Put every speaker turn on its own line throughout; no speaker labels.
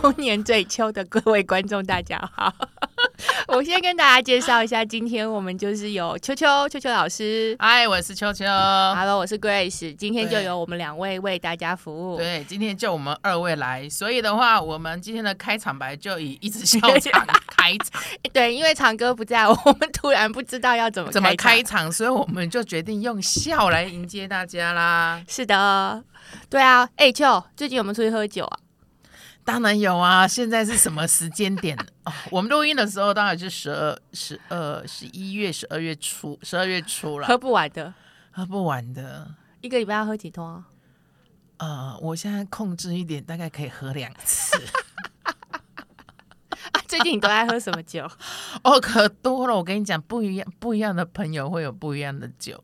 呃年最秋的各位观众，大家好。 我先跟大家介绍一下，今天我们就是有秋秋、秋秋老师
嗨，我是秋秋。
，Hello，我是 Grace，今天就
对
由我们两位为大家服务。
对，今天就我们二位来，所以的话，我们今天的开场白就以一直笑场开场，
对，因为长哥不在，我们突然不知道要怎么
怎么
哦场
开场，所以我们就决定用笑来迎接大家啦。
是的，对啊，哎、秋，最近有没有出去喝酒啊？
当然有啊，现在是什么时间点？ 哦，我们录音的时候当然是十二、十二、十一月、十二月初、十二月初 了
喝，不完的，
喝不完的。
一个礼拜要喝几通啊？
呃，我现在控制一点，大概可以喝两次。
啊最近你都在喝什么酒？
哦，可多了！我跟你讲，不一样，不一样的朋友会有不一样的酒。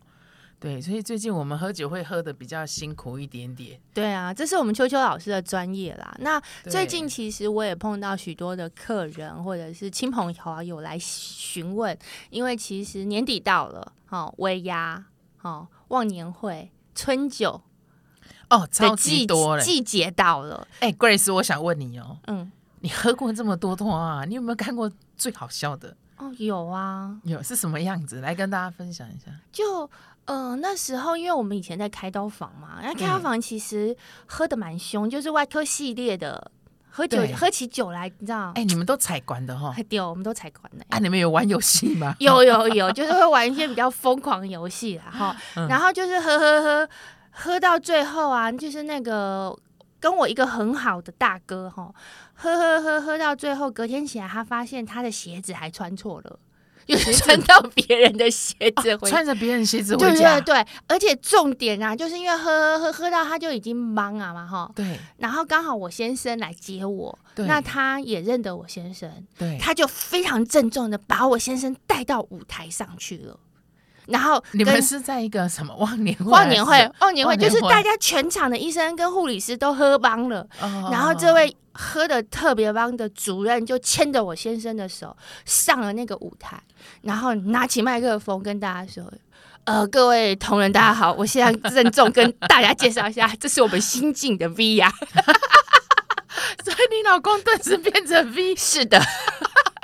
对，所以最近我们喝酒会喝的比较辛苦一点点。
对啊，这是我们秋秋老师的专业啦。那
对
最近其实我也碰到许多的客人或者是亲朋好友来询问，因为其实年底到了，哦，尾牙，哦，忘年会。春酒
哦，超
的
级
季
多嘞！
季节到了，
哎、g r a c e 我想问你哦，
嗯，
你喝过这么多的话，你有没有看过最好笑的？
哦，有啊，
有是什么样子？来跟大家分享一下。
就呃那时候，因为我们以前在开刀房嘛，那开刀房其实喝的蛮凶，就是外科系列的，喝酒
对
喝起酒来，你知道，
哎、你们都采管 的哈、
还丢，我们都才管呢、
啊，你们有玩游戏吗？
有有有，就是会玩一些比较疯狂的游戏啦，哈、
嗯
然后就是喝喝喝，喝到最后啊，就是那个跟我一个很好的大哥哈，喝喝喝喝到最后，隔天起来他发现他的鞋子还穿错了，就是穿到别人的鞋子回家。
穿着别人鞋子
对
回
对
家。
对，而且重点啊，就是因为喝喝喝喝到他就已经忙啊嘛哈，
对
然后刚好我先生来接我，
对
那他也认得我先生，
对，
他就非常郑重的把我先生带到舞台上去了，然后
你
跟
们是在一个什么忘年会还
忘
是什
年
么？
会，忘年会
忘
就
年
是
会
大家全场的医生跟护理师都喝帮了，
哦
然后这位喝的特别帮的主任就牵着我先生的手上了那个舞台，然后拿起麦克风跟大家说：“呃，各位同仁，大家好，我现在郑重跟大家介绍一下，这是我们新进的 V 呀、
所以你老公顿时变成 V，
是的，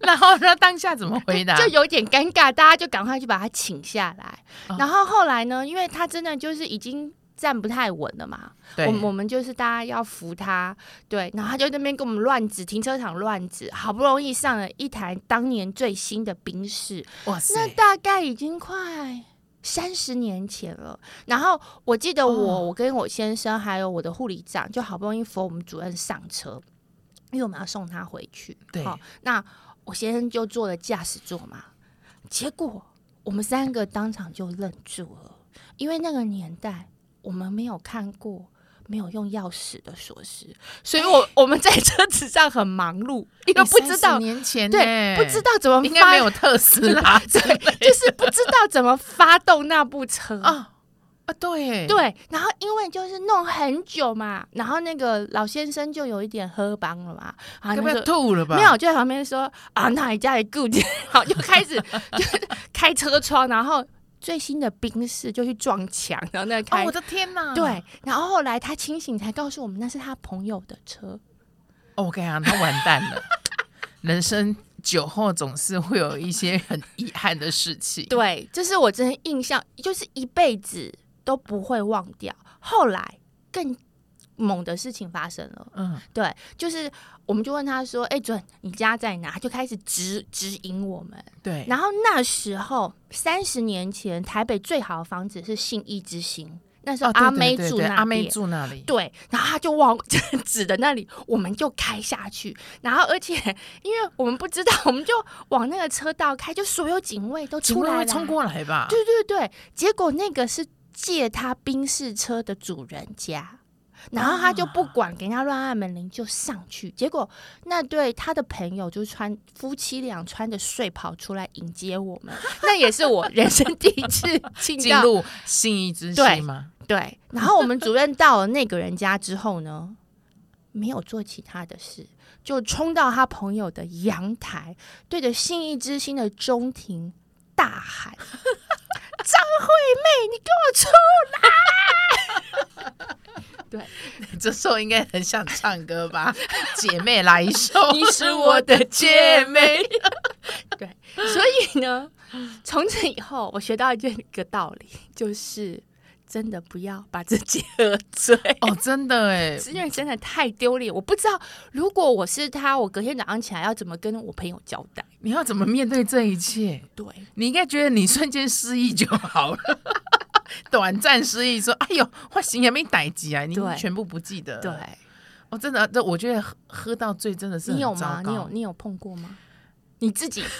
然后他当下怎么回答？
就有点尴尬，大家就赶快去把他请下来。
哦
然后后来呢，因为他真的就是已经站不太稳了嘛，
对
我们我们就是大家要扶他，对，然后他就那边跟我们乱指，停车场乱指，好不容易上了一台当年最新的宾士，
哇塞
那大概已经快。三十年前了，然后我记得我、
哦
我跟我先生还有我的护理长，就好不容易扶我们主任上车，因为我们要送他回去。
对
好、那我先生就坐了驾驶座嘛，结果我们三个当场就愣住了，因为那个年代我们没有看过没有用钥匙的锁匙，所以
哎
我我们在车子上很忙碌，因为
你
不知道
30年哎前
对
呢
不知道怎么
应该
发
没有特 斯拉对
就是不知道怎么发动那部车。
啊啊对
对，然后因为就是弄很久嘛，然后那个老先生就有一点喝帮了嘛，啊，
该
那
不
个
要吐了吧？哦
没有，就在旁边说啊，那你家里顾家，好就开始 就是开车窗，然后最新的宾士就去撞墙，然后那个
哦，
开、
我的天哪！
对，然后后来他清醒才告诉我们那是他朋友的车，
哦，我跟你讲，他完蛋了。人生酒后总是会有一些很遗憾的事情。
对，这是我真的印象，就是一辈子都不会忘掉。后来更猛的事情发生了。
嗯，
对，就是我们就问他说：“哎、准，你家在哪？”他就开始指指引我们。
对，
然后那时候三十年前，台北最好的房子是信义之星，那时候
哦对
阿
对
妹
对
住
对
那
阿妹
边
住那里。
对，然后他就往 指的那里，我们就开下去。然后，而且 因为我们不知道，我们就往那个车道开，就所有警卫都
警
出
卫
来
会
了。啊
冲过来吧？
对对对，结果那个是借他宾士车的主人家，然后他就不管给人家乱按门铃就上去，结果那对他的朋友就穿夫妻俩穿着睡袍出来迎接我们，那也是我人生第一次 进
进
到
入信义之
对
星吗？
对，然后我们主任到了那个人家之后呢，没有做其他的事，就冲到他朋友的阳台，对着信义之星的中庭大喊：“张惠妹，你给我出 对，
这时候应该很想唱歌吧？ 姐妹来一首，
你是我的姐妹。对，所以呢，从此以后我学到一件一个道理，就是真的不要把自己喝醉。
哦，真的哎，
因为真的太丢脸，我不知道如果我是他，我隔天早上起来要怎么跟我朋友交代。
你要怎么面对这一切？
对，
你应该觉得你瞬间失忆就好了， 短暂失忆，说：“哎呦，我行也没逮急啊！”你
对
全部不记得。
对，
哦，真的，这我觉得喝喝到醉真的是
你
很
有
糟
吗？
糕
你有你有碰过吗？你自 己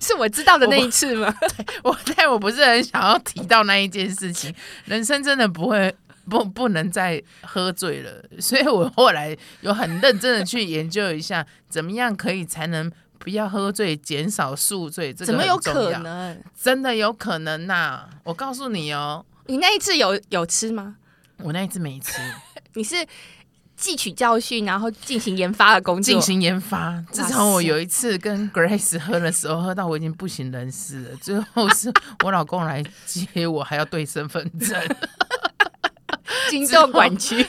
是我知道的那一次吗？
我但我不是很想要提到那一件事情，人生真的不会不不能再喝醉了，所以我后来有很认真的去研究一下，怎么样可以才能不要喝醉，减少宿醉，这个
怎么
很
有
重
可
要？
能？
真的有可能呐、我告诉你哦，
你那一次有有吃吗？
我那一次 没吃，
你是汲取教训，然后进行研发的工作。
进行研发。自从我有一次跟 Grace 喝的时候，喝到我已经不省人事了，最后是我老公来接我，还要对身份证。
金豆管 区，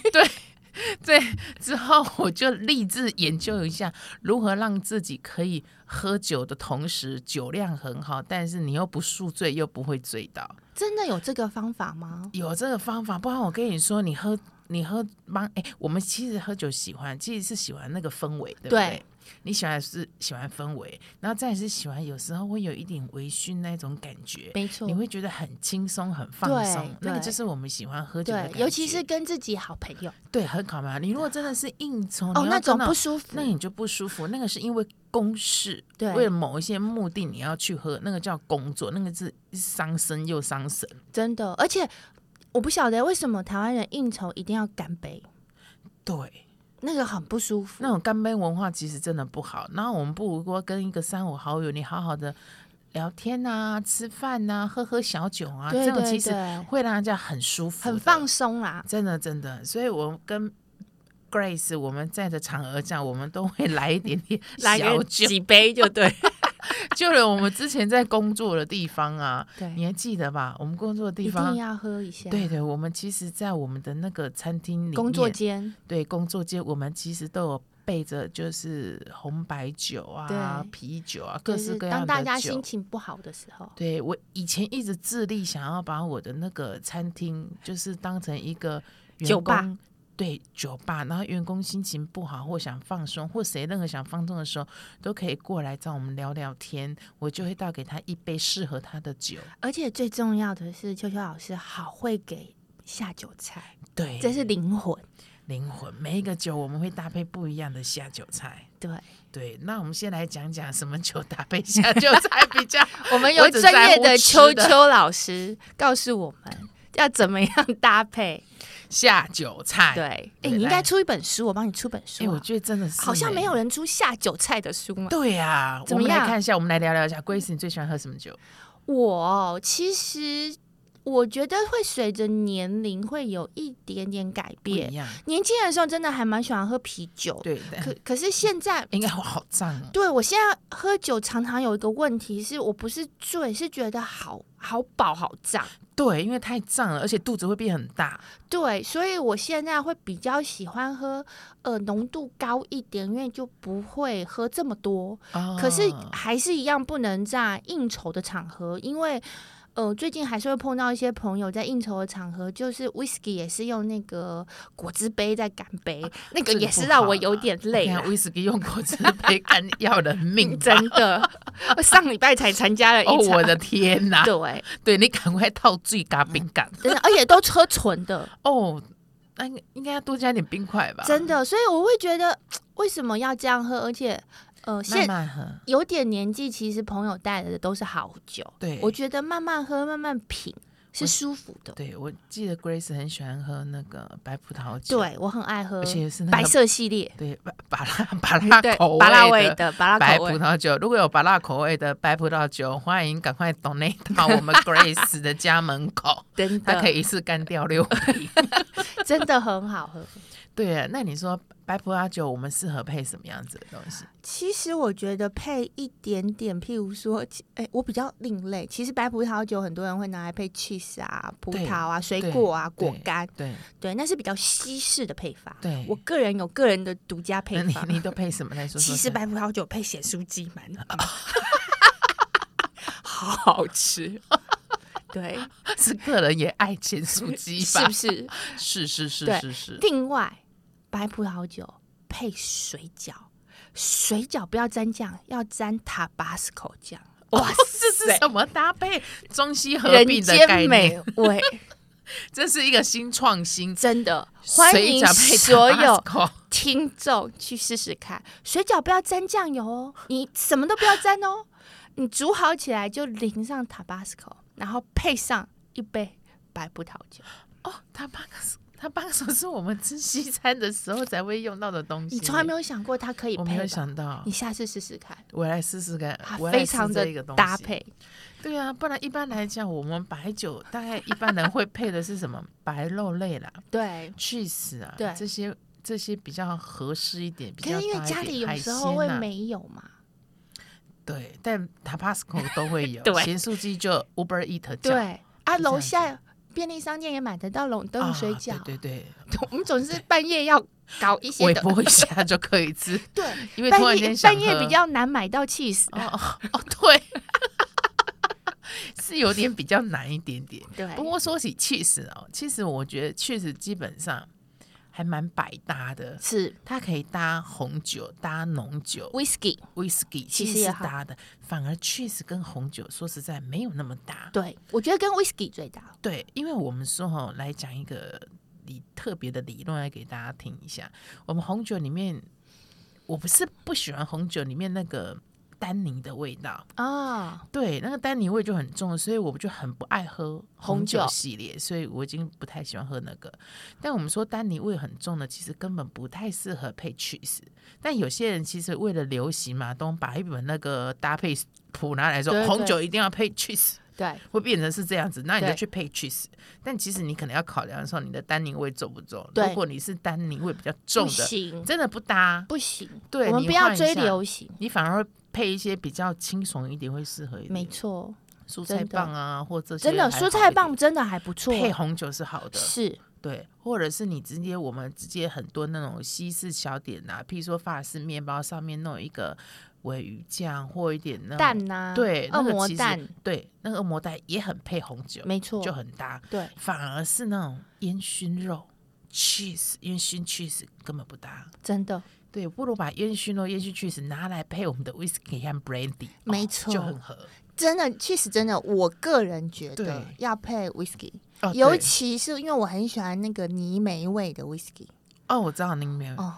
对，之后我就立志研究一下如何让自己可以喝酒的同时酒量很好，但是你又不宿醉，又不会醉到。
真的有这个方法吗？
有这个方法，不然我跟你说，你喝你喝帮哎、我们其实喝酒喜欢，其实是喜欢那个氛围，对不对？
对
你喜欢是喜欢氛围，然后再来是喜欢有时候会有一点微醺那种感觉，
没错
你，会觉得很轻松、很放
对
松，那个
对
就是我们喜欢喝酒的
对
感，觉。
尤其是跟自己好朋友，
对，很好嘛。你如果真的是应酬，
哦
你，要
那种
真的
不舒服
那。你就不舒服。那个是因为公事，
对
为了某一些目的你要去喝，那个叫工作，那个是伤身又伤神。
真的，而且我不晓得为什么台湾人应酬一定要干杯，
对，
那个很不舒服。
那种干杯文化其实真的不好。那我们不如说跟一个三五好友，你好好的聊天啊、吃饭啊、喝喝小酒啊，
对
这种
对
其实
对，
会让人家很舒服，
很放。松啦。
真的真的，所以我跟 Grace 我们在的场合下，我们都会来一点 点小酒，
杯就对。
就了我们之前在工作的地方啊，你
对，
还记得吧？我们工作的地
一定
方，
要喝一下。
对，对，我们其实，在我们的那个餐厅里面，
工作间
对工作间，我们其实都有备着，就是红白酒啊、
对
啤酒啊，
就
各式
是
各
当
样
大
的
家心
酒。
情不好的时候，
对我以前一直致力想要把我的那个餐厅，就是当成一个员
酒吧
工。对酒吧，然后员工心情不好或想放松，或谁任何想放松的时候，都可以过来找我们聊聊天，我就会倒给他一杯适合他的酒。
而且最重要的是，秋秋老师好会给下酒菜，
对，
这是灵魂。
灵魂。每一个酒我们会搭配不一样的下酒菜。
对，
对，那我们先来讲讲什么酒搭配下酒菜比较
我们有
只
专
在
业
乎
的
吃
秋
的
秋老师告诉我们要怎么样搭配。
下酒菜。
对，
哎、
哎，
对
你应该
来哎
出一本书，我帮你出本书啊。
我觉得真的是
好像
呢
没有。人出下酒菜的书嘛。
对呀、
怎
我
么
们来
样
看一下，我们来聊聊一下，Grace，你最喜欢喝什么酒？
我其实我觉得会随着年龄会有一点点改
不一
变。
样，
年轻的时候真的还蛮喜欢喝啤酒，
对
可
的，
可是现在。
应该我好胀哦。
对，我现在喝酒常常有一个问题，是我不是醉，是觉得好好饱好胀。
对，因为太胀了，而且肚子会变很大。
对，所以我现在会比较喜欢喝，呃，浓度高一点，因为就不会喝这么多。
哦
可是还是一样不能在应酬的场合，因为呃，最近还是会碰到一些朋友在应酬的场合，就是 whisky 也是用那个果汁杯在干杯，
啊
那个
这个
也
不
是让
好
我有
啦
点累
你
啦
看。威士忌用果汁杯干要人命 吧，
真 的，我上礼拜才参加了一
哦，
场，
我的啊天呐！
对，
对你赶快套最嘎 饼干
真的，而且都喝纯 的，
哦，那应该应该要多加点冰块吧？
真的，所以我会觉得为什么要这样喝，而且呃，现
慢慢喝，
有点年纪，其实朋友带来的都是好酒，
对，
我觉得慢慢喝，慢慢品是
我
舒服的。
对我记得 Grace 很喜欢喝那个白葡萄酒，，
对我很爱喝，
而且是那
白
个
色系列，
对巴巴拉巴 拉
对
口，
巴拉
味
味。的，巴拉
白
口
葡
味。
萄酒，如果有巴拉口味的白葡萄酒，欢迎赶快 donate 到我们 Grace 的家门口，
真
它可
的，
以一次干掉六瓶。
真的很好喝。
对啊，那你说白葡萄酒我们适合配什么样子的东西？
其实我觉得配一点点，譬如说，其哎、我比较另类。其实白葡萄酒很多人会拿来配 cheese 啊、葡
对
萄啊、水
对
果啊、
对
果干，
对，
对，那是比较西式的配法。
对
我个人有个人的独家配
那你
法。
你都配什么来说说
其
看？
实白葡萄酒配咸酥鸡蛮 好好吃。对，
是个人也爱咸酥鸡
是
吧
不？是？
是是是
对
是是，
另外，白葡萄酒配水饺，水饺不要沾酱，要沾 Tabasco 酱。哇
这是
塞！
什么搭配？中西合
人
并哦的概
间美
念，
味，
这是一个新创新。
真的欢
水
迎
饺配
所有
Tabasco
听众去试试看。水饺不要沾酱油哦，你什么都不要沾哦。你煮好起来就淋上 Tabasco，然后配上一杯白葡萄酒。
哦，他八个手，他八个手是我们吃西餐的时候才会用到的东西。
你从来没有想过它可以
我没有
配吧？
想到
你，下次试试看，
我来试试看
它，
我来
非
试
常
这
的
一个东西
搭。配。
对啊，不然一般来讲，我们白酒大概一般人会配的是什么白肉类啦、
对，
cheese 啊，
对
这些这些比较合适一点，比
可
较
是啊因
搭
为
一
家
点
里有
海
时候
鲜
会
啊
没有嘛。
对，但 Tabasco 都会有，
对
咸酥鸡就 Uber Eat 叫
对啊，
是这
楼
样子
下便利商店也买得到冷冻
啊
水饺。
对对
我们总是半夜要搞一
对，
些
微
的。
波一下就可 以吃，
对，
因为突
半
然
夜
间想
半夜
喝
比较难买到 cheese，
哦哦哦，对，是有点比较难一点点。
对，
不过说起 cheese 哦，cheese 我觉得 cheese 基本上还蛮百搭的，
是
它可以搭红酒、搭浓酒、
whisky，
whisky，
其
其
实
实
也
是
好
搭的。反而 cheese 跟红酒说实在没有那么搭。
对我觉得跟 whisky 最搭，
对，因为我们说哈、来讲一个理特别的理论来给大家听一下。我们红酒里面，我不是不喜欢红酒里面那个丹宁的味道，
啊，
对，那个丹宁味就很重，所以我就很不爱喝
红
红酒
酒
系列，所以我已经不太喜欢喝那个。但我们说丹宁味很重的，其实根本不太适合配 cheese。但有些人其实为了流行嘛，都把一本那个搭配谱拿来说，
对
红
对
酒一定要配 cheese。
对
会变成是这样子，那你就
对
去配 cheese。但其实你可能要考量说你的单宁味重不重。
对
如果你是单宁味比较重
不
的，
行
真的不搭，
不行，
对
我们
你
不要
换一
追
下
流行，
你反而会配一些比较清爽一点会适合一点。
没，错，
蔬
真
菜
的
棒啊，或这些
真的
嗯还
蔬
好
菜
一点
棒真的还不错，
配红酒是好的，
是
对，或者是你直接我们直接很多那种西式小点啊，譬如说法式面包上面弄一个尾鱼酱或一点那种
蛋呐，
嗯对
啊恶
那个
魔
其实
蛋，
对，那个恶魔蛋也很配红酒，
没错，
就很搭。
对，
反而是那种烟熏肉 cheese 烟熏 cheese 根本不搭。
真的
对，不如把烟熏肉、烟熏 cheese 拿来配我们的 whisky 和 brandy，哦
没错
就很合。
真的确实真的，我个人觉得
对
要配 whisky，
哦
尤
对
其是因为我很喜欢那个泥煤味的 whisky，
哦，我知道您没有
哦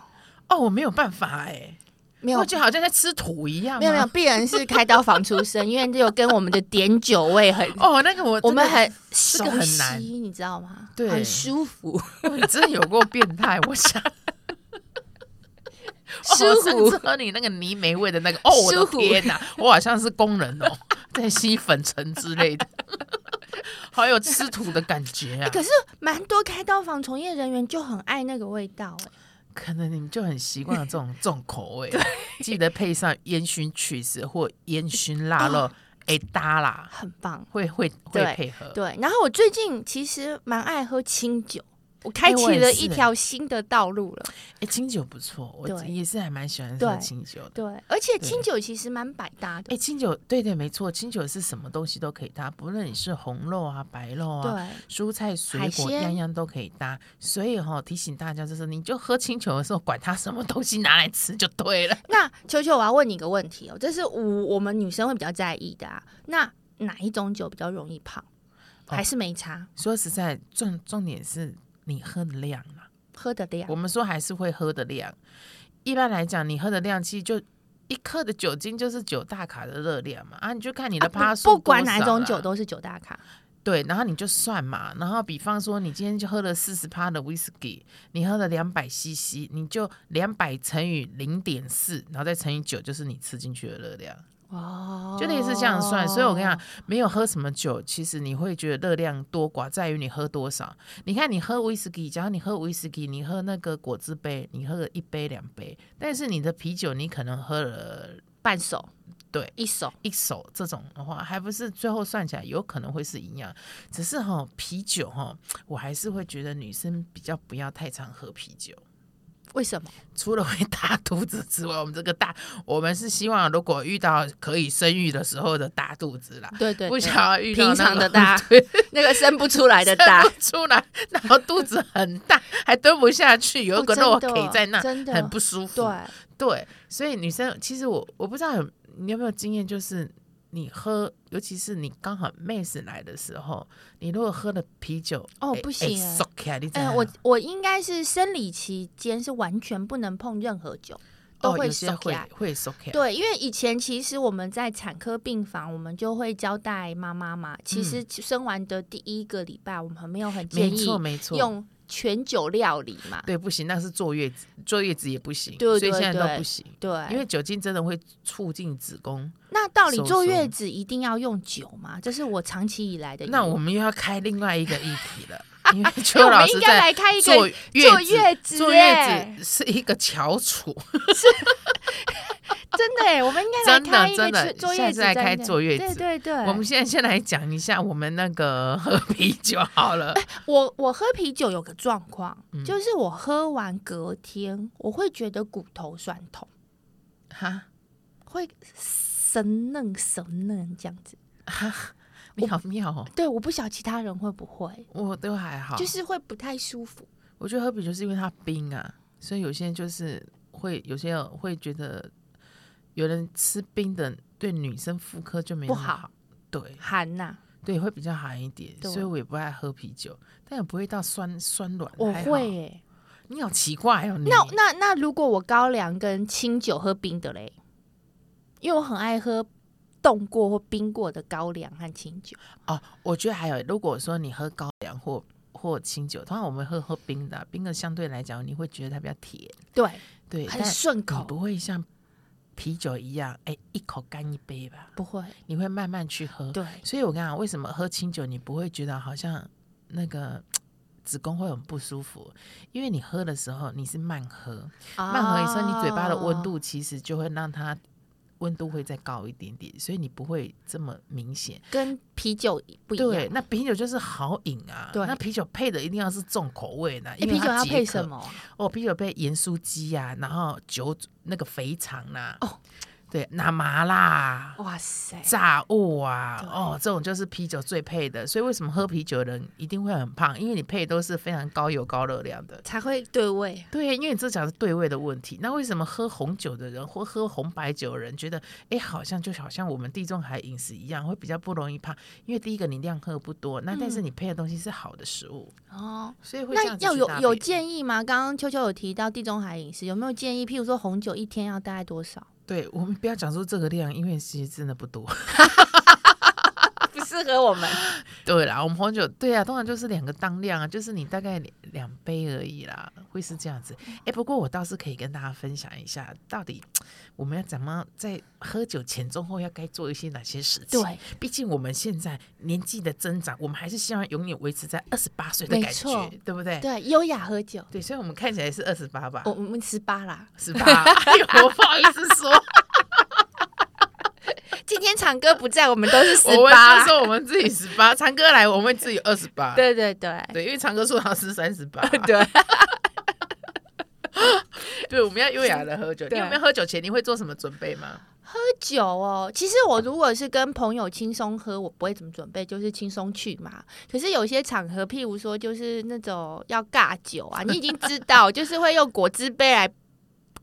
哦，我没有办法哎、
没有
我觉得好像在吃土一样啊。
没有没有，必然是开刀房出身， 因为这有跟我们的碘酒味很，
哦，那个我
我们
真的
很熟
这个
悉
很难
你知道吗？
对
很舒服，
你真的有够变态，我想。
舒
哦、
服
甚至喝你那个泥煤味的那个，哦，我
舒
的
服
天哪、我好像是工人哦， 在吸粉尘之类的， 好有吃土的感 觉啊！
可是蛮多开刀房从业人员就很爱那个味道、欸，
可能你们就很习惯了这 种重口味，记得配上烟熏曲子或烟熏腊肉，哎、搭啦，
很棒。
会会会
哦对
配合。
对，然后我最近其实蛮爱喝清酒，我开
哎我
启
也
了
是
一
欸
条新的道路了。
哎、清酒不错，我
对
也是还蛮喜欢喝
对
清酒的。
对，而且清
对
酒其实蛮百搭
哎、
的。
清酒，对对，没错，清酒是什么东西都可以搭，不论你是红肉啊、白肉啊、
对，
蔬菜、水
海
果，
鲜
样样都可以搭。所以哈、提醒大家就是，你就喝清酒的时候，管它什么东西拿来吃就对了。
那球球，我要问你一个问题哦，这是我我们女生会比较在意的啊。那哪一种酒比较容易胖？
哦
还是没差？
说实在，重重点是你喝的量啊。
喝的量
我们说还是会喝的量。一般来讲，你喝的量其实就一克的酒精就是九大卡的热量嘛，啊，你就看你的
啊
趴
不
数、
不管哪一种酒。都是九大卡，
对，然后你就算嘛，然后比方说你今天就喝了四十趴的 whisky，你喝了两百 cc，你就两百乘以零点四，然后再乘以九，就是你吃进去的热量。
哦，
就类似这样算。所以我跟你讲，没有喝什么酒，其实你会觉得热量多寡在于你喝多少。你看，你喝威士忌，假如你喝威士忌，你喝那个果汁杯，你喝了一杯两杯，但是你的啤酒，你可能喝了
半手
对
一手，
一手这种的话，还不是最后算起来有可能会是一样。只是哈、啤酒哈、我还是会觉得女生比较不要太常喝啤酒。
为什么？
除了会大肚子之外，我们这个大，我们是希望如果遇到可以生育的时候的大肚子啦，
对对
不
对
想要遇到
平常
那
的
种
大
对，
那个生不出来的大
生，不出来，然后肚子很大，还蹲不下去，有一个肉
哦真的
可以在那，
真的
很不舒服。
对，哎
对，所以女生其实我我不知道有你有没有经验，就是你喝，尤其是你刚好妹子来的时候，你如果喝了啤酒，
哦
哎
不行
哎
哎
缩起来，你知
哎、
道吗哦
我我应该是生理期间是完全不能碰任何酒，都
哦
会
有些
收起
会
来。
会缩起来，
对，因为以前其实我们在产科病房，我们就会交代妈妈嘛，其实生完的第一个礼拜，我们没有很建
嗯没错
议
没错，
用全酒料理嘛。
对，不行，那是坐月子，坐月子也不行，
对
所以
对
现在都
对
不行，
对，
因为酒精真的会促进子宫。
那到底
收
坐月
缩
子一定要用酒吗？这是我长期以来的疑问。
那我们又要开另外一个议题了，因为
哎
邱
我
老
们
师
应该
在
来开一个
坐
坐
月子。
月子，
坐月
哎
子是一个翘楚，
真的哎，我们应该来
真的
开一个
真的
坐坐
下
月
次
子
来
在那，
开坐月子
对对对，
我们现在先来讲一下我们那个喝啤酒好了，
我我喝啤酒有个状况，
嗯
就是我喝完隔天，我会觉得骨头酸痛，哎
哈，
会神嫩神嫩这样子。
你好妙哦，
对，我不晓得其他人会不会，
我都还好，
就是会不太舒服。
我觉得喝啤酒是因为它冰啊，所以有些人就是会，有些人会觉得，有人吃冰的对女生妇科就没那么
不好
好，对
寒呐、
对，会比较寒一点，
对
所以我也不爱喝啤酒，但也不会到酸酸软，
我
还好
会。耶、
你好奇怪哦，你
那那那如果我高粱跟清酒喝冰的嘞，因为我很爱喝冻过或冰过的高粱和清酒。
哦，我觉得还有，如果说你喝高粱或或清酒，通常我们会喝冰的啊，冰的相对来讲你会觉得它比较甜，
对，
对，
很
但
顺口
你不会像啤酒一样，哎，一口干一杯吧，
不会。
你会慢慢去喝，
对，
所以我跟你讲，为什么喝清酒你不会觉得好像那个嗯子宫会很不舒服？因为你喝的时候你是慢喝，
啊
慢喝以后你嘴巴的温
哦
度其实就会让它温度会再高一点点，所以你不会这么明显。
跟啤酒不一样。
对，那啤酒就是好饮啊。
对
那啤酒配的一定要是重口味的，啊
诶
因
欸
为
啤酒
它
要
解
配
渴
什么啊？
哦，啤酒配盐酥鸡呀、然后酒那个肥肠啦、
哦，
对，那麻辣啊、
哇塞！
炸物啊，
对
哦，这种就是啤酒最配的。所以为什么喝啤酒的人一定会很胖？因为你配都是非常高油高热量的。
才会对味。
对，因为这讲是对味的问题。那为什么喝红酒的人或喝红白酒的人觉得，哎，好像就好像我们地中海饮食一样，会比较不容易胖？因为第一个你量喝不多，那但是你配的东西是好的食物，
哦，
所以会这
嗯那
样子
要
去
有
搭
有
配
建议吗？刚刚秋秋有提到地中海饮食，有没有建议？譬如说红酒一天要大概多 少？
对我们不要讲说这个量，因为其实真的不多。
啊不适合我们。
对啦，我们红酒对啊，通常就是两个当量啊，就是你大概两两杯而已啦，会是这样子。哎，不过我倒是可以跟大家分享一下，到底我们要怎么在喝酒前、中、后要该做一些哪些事 情？，
对，
毕竟我们现在年纪的增长，我们还是希望永远维持在二十八岁的
没
感
错
觉，对不对？
对，优雅喝酒。
对，所以我们看起来是二十八吧
我，我们十八啦，
十八，哎呦我不好意思说，
今天长哥不 在，我们都是十
我们
八
就
啦。
说我们自己十八， 长哥来我们会自己二十八，
对对对
对，因为长哥说他是三十八，
哎 对，
对，我们要优雅 的喝酒。你
对
有没有喝酒前你会做什么准备吗？
喝酒哦。其实我如果是跟朋友轻松喝，我不会怎么准备，就是轻松去嘛。可是有些场合，譬如说就是那种要尬酒啊，你已经知道，就是会用果汁杯来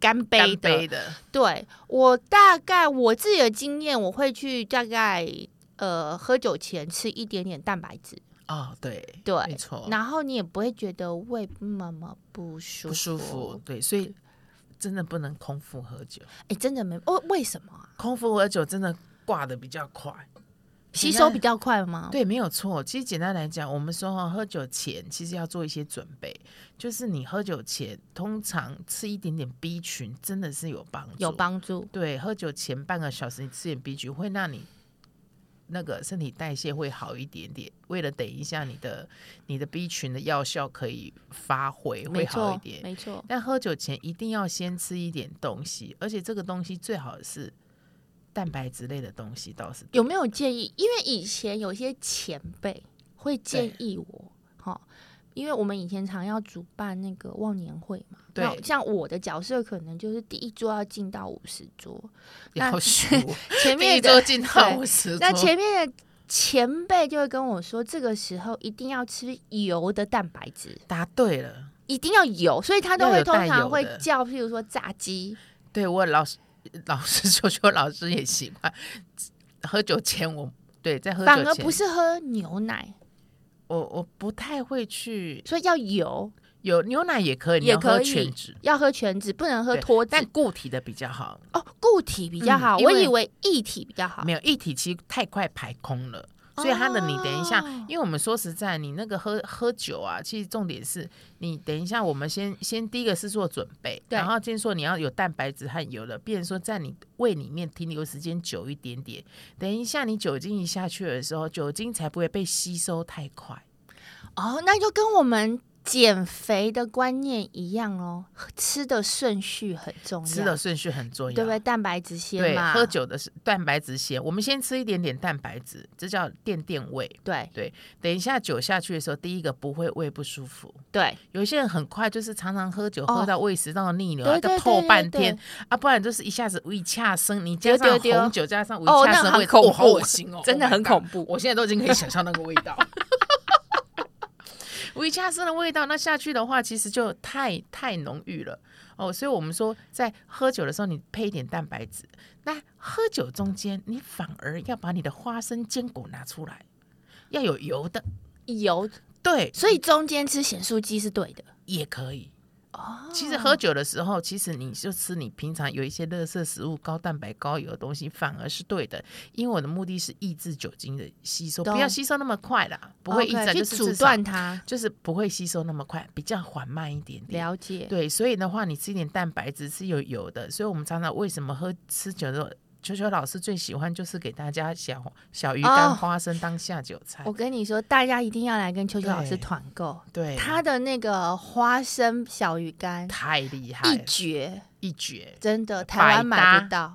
干杯
干
的。
杯的，
对我大概我自己的经验，我会去大概呃喝酒前吃一点点蛋白质，
哦，对，
对
没错，
然后你也不会觉得胃那么不舒服。
不舒服，对，所以真的不能空腹喝酒，
哎，真的没哦？为什么啊？哦
空腹喝酒真的挂的比较快。
吸
简
收
单
比较快吗？
对，没有错。其实简单来讲，我们说哈，喝酒前其实要做一些准备，就是你喝酒前通常吃一点点 B 群，真的是有帮助。
有帮助。
对，喝酒前半个小时你吃点 B 群，会让你那个身体代谢会好一点点。为了等一下你的你的 B 群的药效可以发挥，会
没
好一
错
点，。
没错，
但喝酒前一定要先吃一点东西，而且这个东西最好是蛋白质类的东西，倒是
有没有建议？因为以前有些前辈会建议我，哈，因为我们以前常要主办那个忘年会嘛，
对
那像我的角色可能就是第一桌要进到五十 桌，那
要学。
前
第一
面
桌
的
进到五十桌，
那前面的前辈就会跟我说，这个时候一定要吃油的蛋白质，
答对了。
一定要油，所以他都
要
会
有
通
带油
常会
的
叫，譬如说炸鸡，
对我老师老师球球老师也习惯喝酒前我对在喝酒前，
反而不是喝牛奶，
我我不太会去
所以要油，
有牛奶也可以，你
也
要喝
可以
全脂，
要喝全脂，不能喝
对
脱脂
但。固体的比较好，
哦，固体比较
嗯
好，
因
我
为
以为液体比较好
没。有一体其实太快排空了。所以它的你等一下，
哦
因为我们说实在，你那个喝喝酒啊，其实重点是你等一下，我们先先第一个是做准备，
对
然后先说你要有蛋白质和油的，变成说在你胃里面停留时间久一点点，等一下你酒精一下去的时候，酒精才不会被吸收太快。
哦，那就跟我们减肥的观念一样哦，吃的顺序很重要，
吃的顺序很重要，
对不对？蛋白质先
对，
嘛，
喝酒的是蛋白质先，我们先吃一点点蛋白质，这叫垫垫胃。
对
等一下酒下去的时候，第一个不会胃不舒服。
对
有一些人很快就是常常喝酒，
哦
喝到胃食道逆流，
对
要
对
透
对
半
对
天啊，不然就是一下子胃恰生，你加上
丢丢丢
红酒加上胃
哦
恰
那
生，
很
胃
恐
哦好
怖
恶心哦，
真的
Oh my
很
God
恐怖
我现在都已经可以想象那个味道。 胃恰生的味道，那下去的话，其实就太太浓郁了哦。所以我们说，在喝酒的时候，你配一点蛋白质。那喝酒中间，你反而要把你的花生坚果拿出来，要有油的，
油，
对，
所以中间吃咸酥鸡是对的。
也可以。
哦，
其实喝酒的时候，其实你就吃你平常有一些垃圾食物、高蛋白、高油的东西，反而是对的。因为我的目的是抑制酒精的吸收，
懂
不要吸收那么快啦，不会抑制啊
OK，去
就是
阻
至少
断它，
就是不会吸收那么快，比较缓慢一点点。
了解。
对，所以的话，你吃一点蛋白质是有油的，所以我们常常为什么喝吃酒的时候，球球老师最喜欢就是给大家小小鱼干、
哦
花生当下酒菜
我。跟你说，大家一定要来跟秋秋老师
对
团购，
对，
他的那个花生小鱼干
太厉害
一
了，
绝，
一绝。
真的
百
台湾买
搭
不到。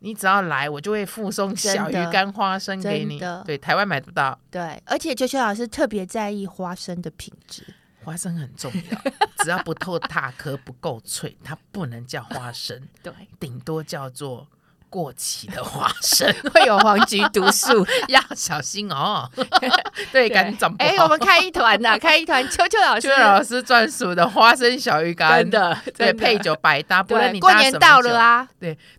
你只要来，我就会附送小鱼干、花生给你
真的。
对，台湾买不到，
对，而且秋秋老师特别在意花生的品质。
花生很重 要，只要不透大壳、不够脆，它不能叫花生，
对，
顶多叫做过期的花 生，
会有黄菊毒 素，
要小心 哦。对，感觉长不
哎、
好。
我们开一团呐、开一团，秋秋老师，
邱哦老师专属的花生小鱼干，
真的
对
真的
配酒百搭，不论
对，
你
过
搭什
年
么
到
酒
了，啊，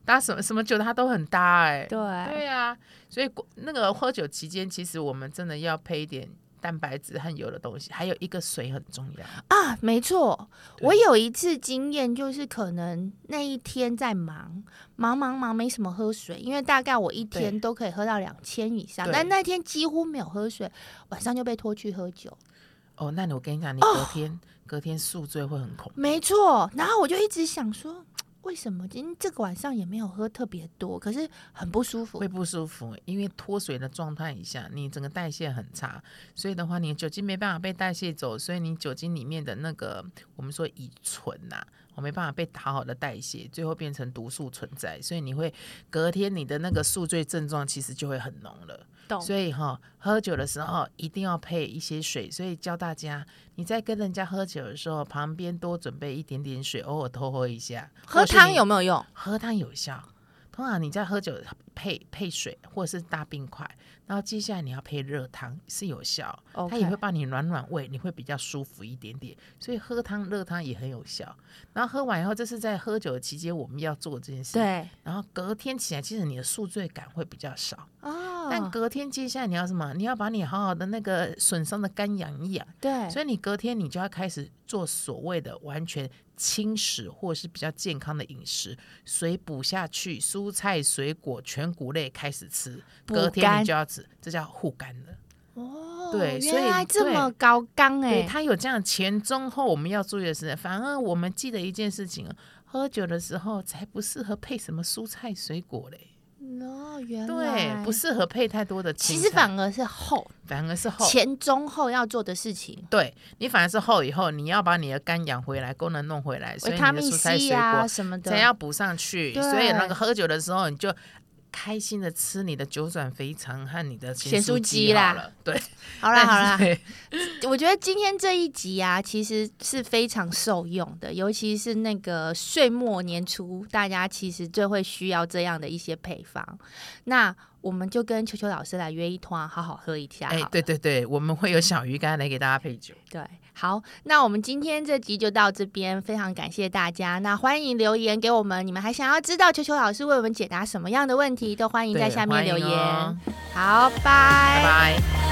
搭什么什么酒它都很搭哎、
对，
对啊，所以过那个喝酒期间，其实我们真的要配一点蛋白质和油的东西，还有一个水很重要。
啊，没错，
对
我有一次经验就是可能那一天在忙，忙忙忙没什么喝水，因为大概我一
对
天都可以喝到两千以上，
对
但那天几乎没有喝水，晚上就被拖去喝酒，
哦，那你我跟你讲，你隔天、隔天宿醉会很恐怖。
没错，然后我就一直想说。为什么今天这个晚上也没有喝特别多，可是很不舒服
会？不舒服，因为脱水的状态以下，你整个代谢很差，所以的话，你的酒精没办法被代谢走，所以你酒精里面的那个我们说乙醇呐、我没办法被好好的代谢，最后变成毒素存在，所以你会隔天你的那个宿醉症状其实就会很浓了。
懂
所以哈、喝酒的时候一定要配一些水。所以教大家，你在跟人家喝酒的时候，旁边多准备一点点水，偶尔偷喝一下。
喝
或是
汤
你
有没有用？
喝汤有效。通常你在喝酒配配水或是大冰块，然后接下来你要配热汤是有效
OK
它也会帮你暖暖胃，你会比较舒服一点点。所以喝汤热汤也很有效。然后喝完以后，这是在喝酒的期间我们要做这件事。。
对
然后隔天起来，其实你的宿醉感会比较少。
哦，
但隔天接下来你要什么？你要把你好好的那个损伤的肝养一养，
对，
所以你隔天你就要开始做所谓的完全轻食或是比较健康的饮食，水补下去，蔬菜、水果、全谷类开始吃，
补
隔天
肝
你就要吃，这叫护肝的。
哦，
对所
原
以
来这
对
么高纲
对，
哎，
它有这样前中后我们要注意的是，反而我们记得一件事情哦，喝酒的时候才不适合配什么蔬菜水果嘞，
哦，原来
对，不适合配太多的青
其
菜。
实反而是后
反而是后，
前中后要做的事情，
对你反而是后以后，你要把你的肝养回来，功能弄回来，所以
维
你
他
的
命
蔬菜
C
水
啊
果
什么的，
才要补上去。
对
所以那个喝酒的时候，你就开心的吃你的九转肥肠和你的
咸酥
酥
鸡
鸡
啦
好了。对，
好啦好啦，
对
我觉得今天这一集啊，其实是非常受用的，尤其是那个岁末年初，大家其实最会需要这样的一些配方。那我们就跟球球老师来约一团，好好喝一下好
哎
了。，
对对对，我们会有小鱼干来给大家配酒。
对，好，那我们今天这集就到这边，非常感谢大家。那欢迎留言给我们，你们还想要知道球球老师为我们解答什么样的问题，都欢迎在
对
下面
欢迎
留言。
哦
好，
拜拜。
拜
「あなたのことを